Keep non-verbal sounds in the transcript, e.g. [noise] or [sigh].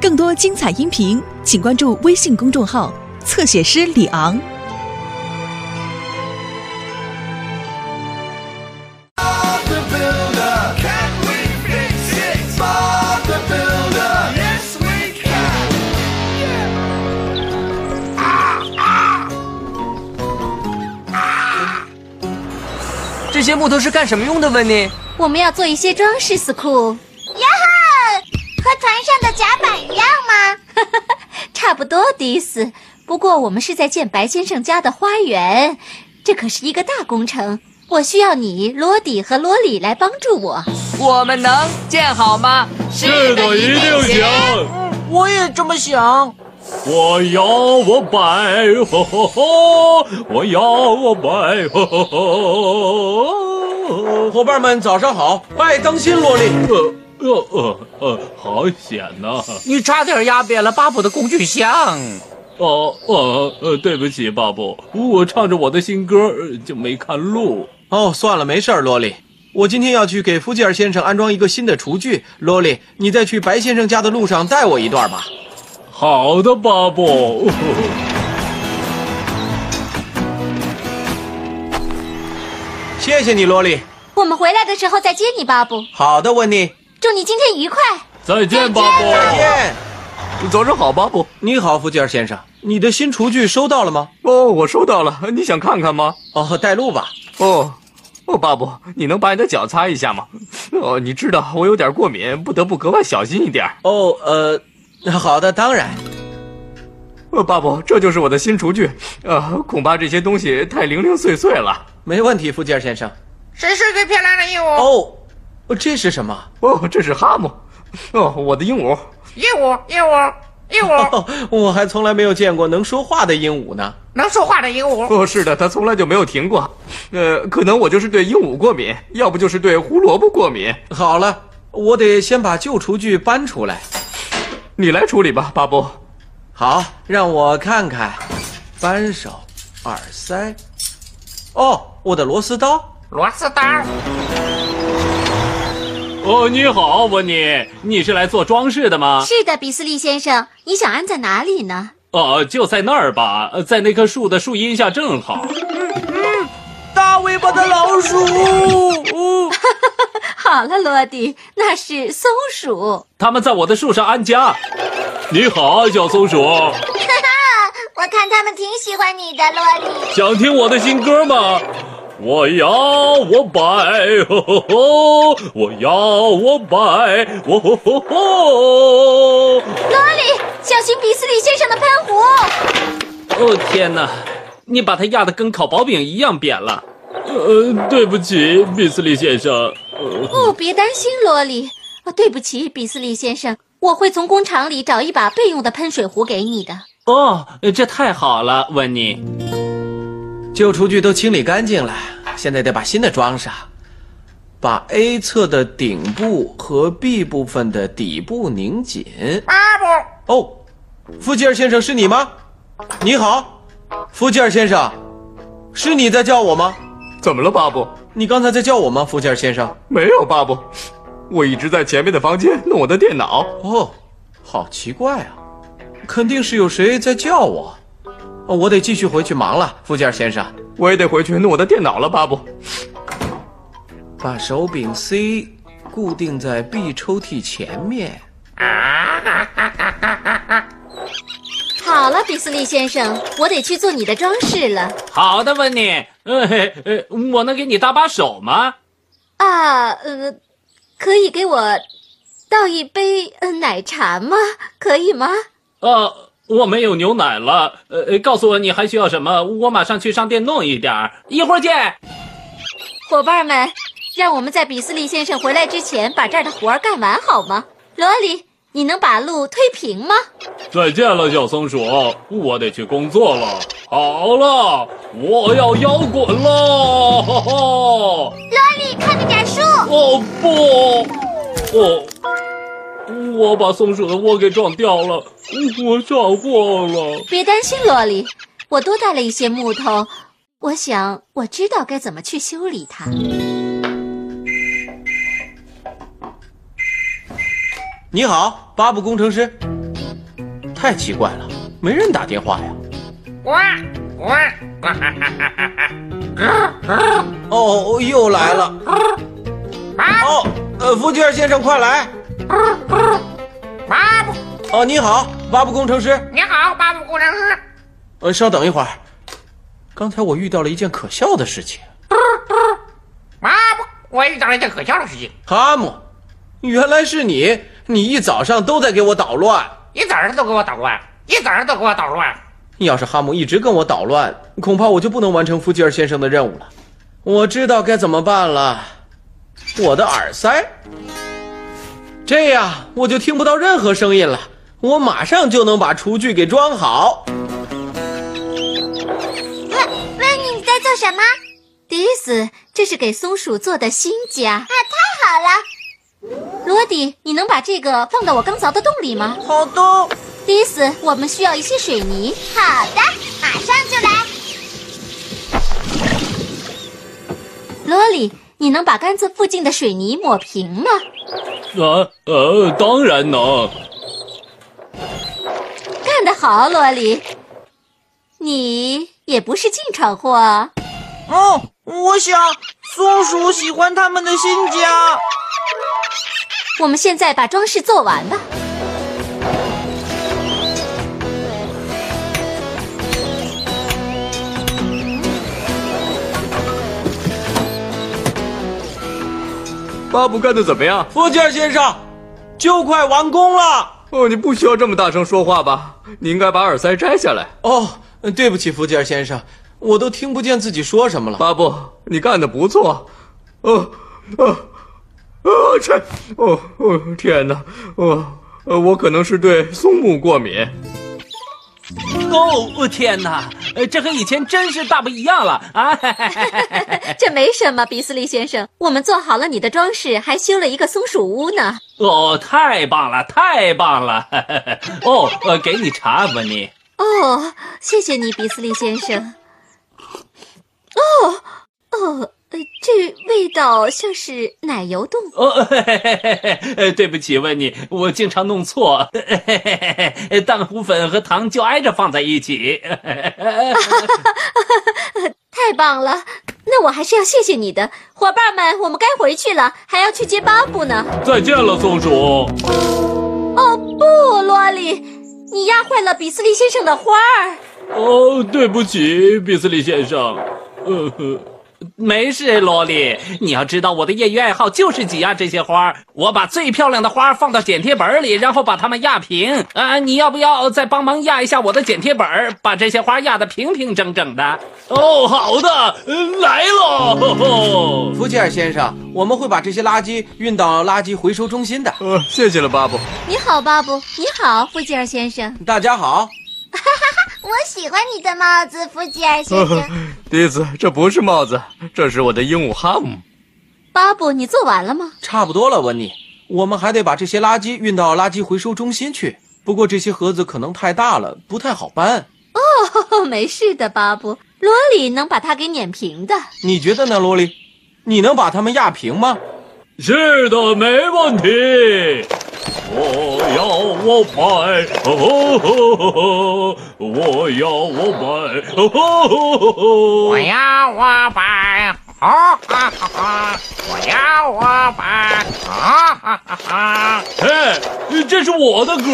更多精彩音频，请关注微信公众号“侧写师李昂”。 Bob the Builder. Can we fix it? Bob the Builder. Yes, we can. 这些木头是干什么用的？问你，我们要做一些装饰，school 呀哈，和船上的甲板一样吗？ [laughs] 差不多的意思。不过我们是在建白先生家的花园，这可是一个大工程。我需要你、罗迪和罗里来帮助我。我们能建好吗？是的，一定行！我也这么想。我摇，我摆，吼吼吼！我摇，我摆，吼吼吼！伙伴们，早上好！拜当心，萝莉。呃呃呃呃，好险呐、你差点压扁了巴布的工具箱。哦哦呃，对不起，巴布，我唱着我的新歌呃就没看路。哦，算了，没事儿，萝莉。我今天要去给福吉尔先生安装一个新的厨具。萝莉，你在去白先生家的路上带我一段吧。好的，巴布。谢谢你，萝莉。我们回来的时候再接你，巴布。好的，温妮。祝你今天愉快。再见，巴布。再见。早上好，巴布。你好，福吉尔先生。你的新厨具收到了吗？哦，我收到了，你想看看吗？哦，带路吧。哦，哦，巴布，你能把你的脚擦一下吗？哦，你知道我有点过敏，不得不格外小心一点。哦，呃，好的，当然。哦，巴布，这就是我的新厨具。呃，恐怕这些东西太零零碎碎了。没问题，福吉尔先生。谁是最漂亮的鹦鹉？哦，这是什么？哦，这是哈姆。哦，我的鹦鹉。鹦鹉，鹦鹉，鹦鹉，哦，我还从来没有见过能说话的鹦鹉呢。能说话的鹦鹉。哦，是的，它从来就没有停过。呃，可能我就是对鹦鹉过敏，要不就是对胡萝卜过敏。好了，我得先把旧厨具搬出来。你来处理吧，巴布。好，让我看看，扳手、耳塞。哦，我的螺丝刀。螺丝刀。哦，你好，温妮，你是来做装饰的吗？是的，比斯利先生，你想安在哪里呢？哦，就在那儿吧，呃在那棵树的树荫下正好。大尾巴的老鼠。好了，罗迪，那是松鼠。他们在我的树上安家。你好，小松鼠，哈哈， [laughs] 我看他们挺喜欢你的，萝莉。想听我的新歌吗？我摇，我摆，吼吼吼！我摇，我摆，我吼吼罗吼！里，小心比斯利先生的喷壶。哦天哪，你把它压得跟烤薄饼一样扁了。呃，对不起，比斯利先生。不，别担心，罗里。啊，对不起，比斯利先生，我会从工厂里找一把备用的喷水壶给你的。哦，呃这太好了，温妮。旧厨具都清理干净了，现在得把新的装上。把 A 侧的顶部和 B 部分的底部拧紧。巴布。哦，福吉尔先生是你吗？你好，福吉尔先生，是你在叫我吗？怎么了，巴布？你刚才在叫我吗，福吉尔先生？没有，巴布，我一直在前面的房间弄我的电脑。哦，好奇怪啊，肯定是有谁在叫我。哦我得继续回去忙了，福吉尔先生。我也得回去弄我的电脑了，巴布。把手柄 C 固定在 B 抽屉前面。好了，比斯利先生，我得去做你的装饰了。好的，温妮。呃嘿，呃，我能给你搭把手吗？啊，呃，可以给我倒一杯呃奶茶吗？可以吗？呃，我没有牛奶了。呃，呃告诉我你还需要什么，我马上去商店弄一点儿。一会儿见。伙伴们，让我们在比斯利先生回来之前把这儿的活儿干完好吗？罗里，你能把路推平吗？再见了，小松鼠，我得去工作了。好了，我要摇滚了，哈哈。萝莉，看着点树。哦不，哦，我把松鼠的窝给撞掉了，我上货了。别担心，罗莉，我多带了一些木头，我想我知道该怎么去修理它。你好，巴布工程师。太奇怪了，没人打电话呀。我我哈哈哈哈哈！ [laughs] 哦，又来了。巴哦，呃，福吉尔先生，快来。巴布，哦，你好，巴布工程师。你好，巴布工程师。呃，稍等一会儿，刚才我遇到了一件可笑的事情。巴布，我遇到了一件可笑的事情。哈姆，原来是你！你一早上都在给我捣乱。一早上都给我捣乱，一早上都给我捣乱。要是哈姆一直跟我捣乱，恐怕我就不能完成福吉尔先生的任务了。我知道该怎么办了，我的耳塞，这样我就听不到任何声音了。我马上就能把厨具给装好。问问你你在做什么？啊，迪斯，这是给松鼠做的新家。啊太好了！罗迪，你能把这个放到我刚凿的洞里吗？好的，迪斯，我们需要一些水泥。好的，马上就来。罗里，你能把杆子附近的水泥抹平吗？啊呃，当然哦能。干得好，罗里。你也不是净闯祸啊。哦，我想松鼠喜欢他们的新家。我们现在把装饰做完吧。巴布干的怎么样？福吉尔先生，就快完工了。哦，你不需要这么大声说话吧？你应该把耳塞摘下来。哦，对不起，福吉尔先生，我都听不见自己说什么了。巴布，你干的不错。哦，哦，哦，这，哦，哦，天哪，哦，呃，我可能是对松木过敏。哦，我天哪，呃这和以前真是大不一样了 [laughs] 啊！这没什么，比斯利先生。我们做好了你的装饰，还修了一个松鼠屋呢。哦，太棒了，太棒了！哦，呃，给你茶吧你。哦，谢谢你，比斯利先生。哦，哦，呃，这味道像是奶油冻。哦，嘿嘿嘿嘿嘿呃，对不起，问你，我经常弄错，嘿嘿嘿嘿蛋糊粉和糖就挨着放在一起。太棒了！那我还是要谢谢你的，伙伴们，我们该回去了，还要去接巴布呢。再见了，松鼠。哦不，罗莉，你压坏了比斯利先生的花儿。哦，对不起，比斯利先生。呃，呵没事，萝莉，你要知道我的业余爱好就是挤压这些花儿。我把最漂亮的花儿放到剪贴本里，然后把它们压平。啊、你要不要再帮忙压一下我的剪贴本儿，把这些花压得平平整整的？哦，好的，呃来喽。吼吼福吉尔先生，我们会把这些垃圾运到垃圾回收中心的。呃，谢谢了，巴布。你好，巴布。你好，布吉尔先生。大家好，我喜欢你的帽子，福吉尔先 [laughs] 生。迪斯，这不是帽子，这是我的鹦鹉哈姆。巴布，你做完了吗？ [laughs] 差不多了，温妮。我们还得把这些垃圾运到垃圾回收中心去。不过这些盒子可能太大了，不太好搬。哦，没事的，巴布。罗莉能把它给碾平的。你觉得呢，罗莉？你能把它们压平吗？是的，没问题。我要我摆，哦吼吼吼！我要我摆，哦吼吼吼！我要我哦摆，哈哈哈哈！我要我哦摆，哈哈哈哈！嘿，这是我的歌。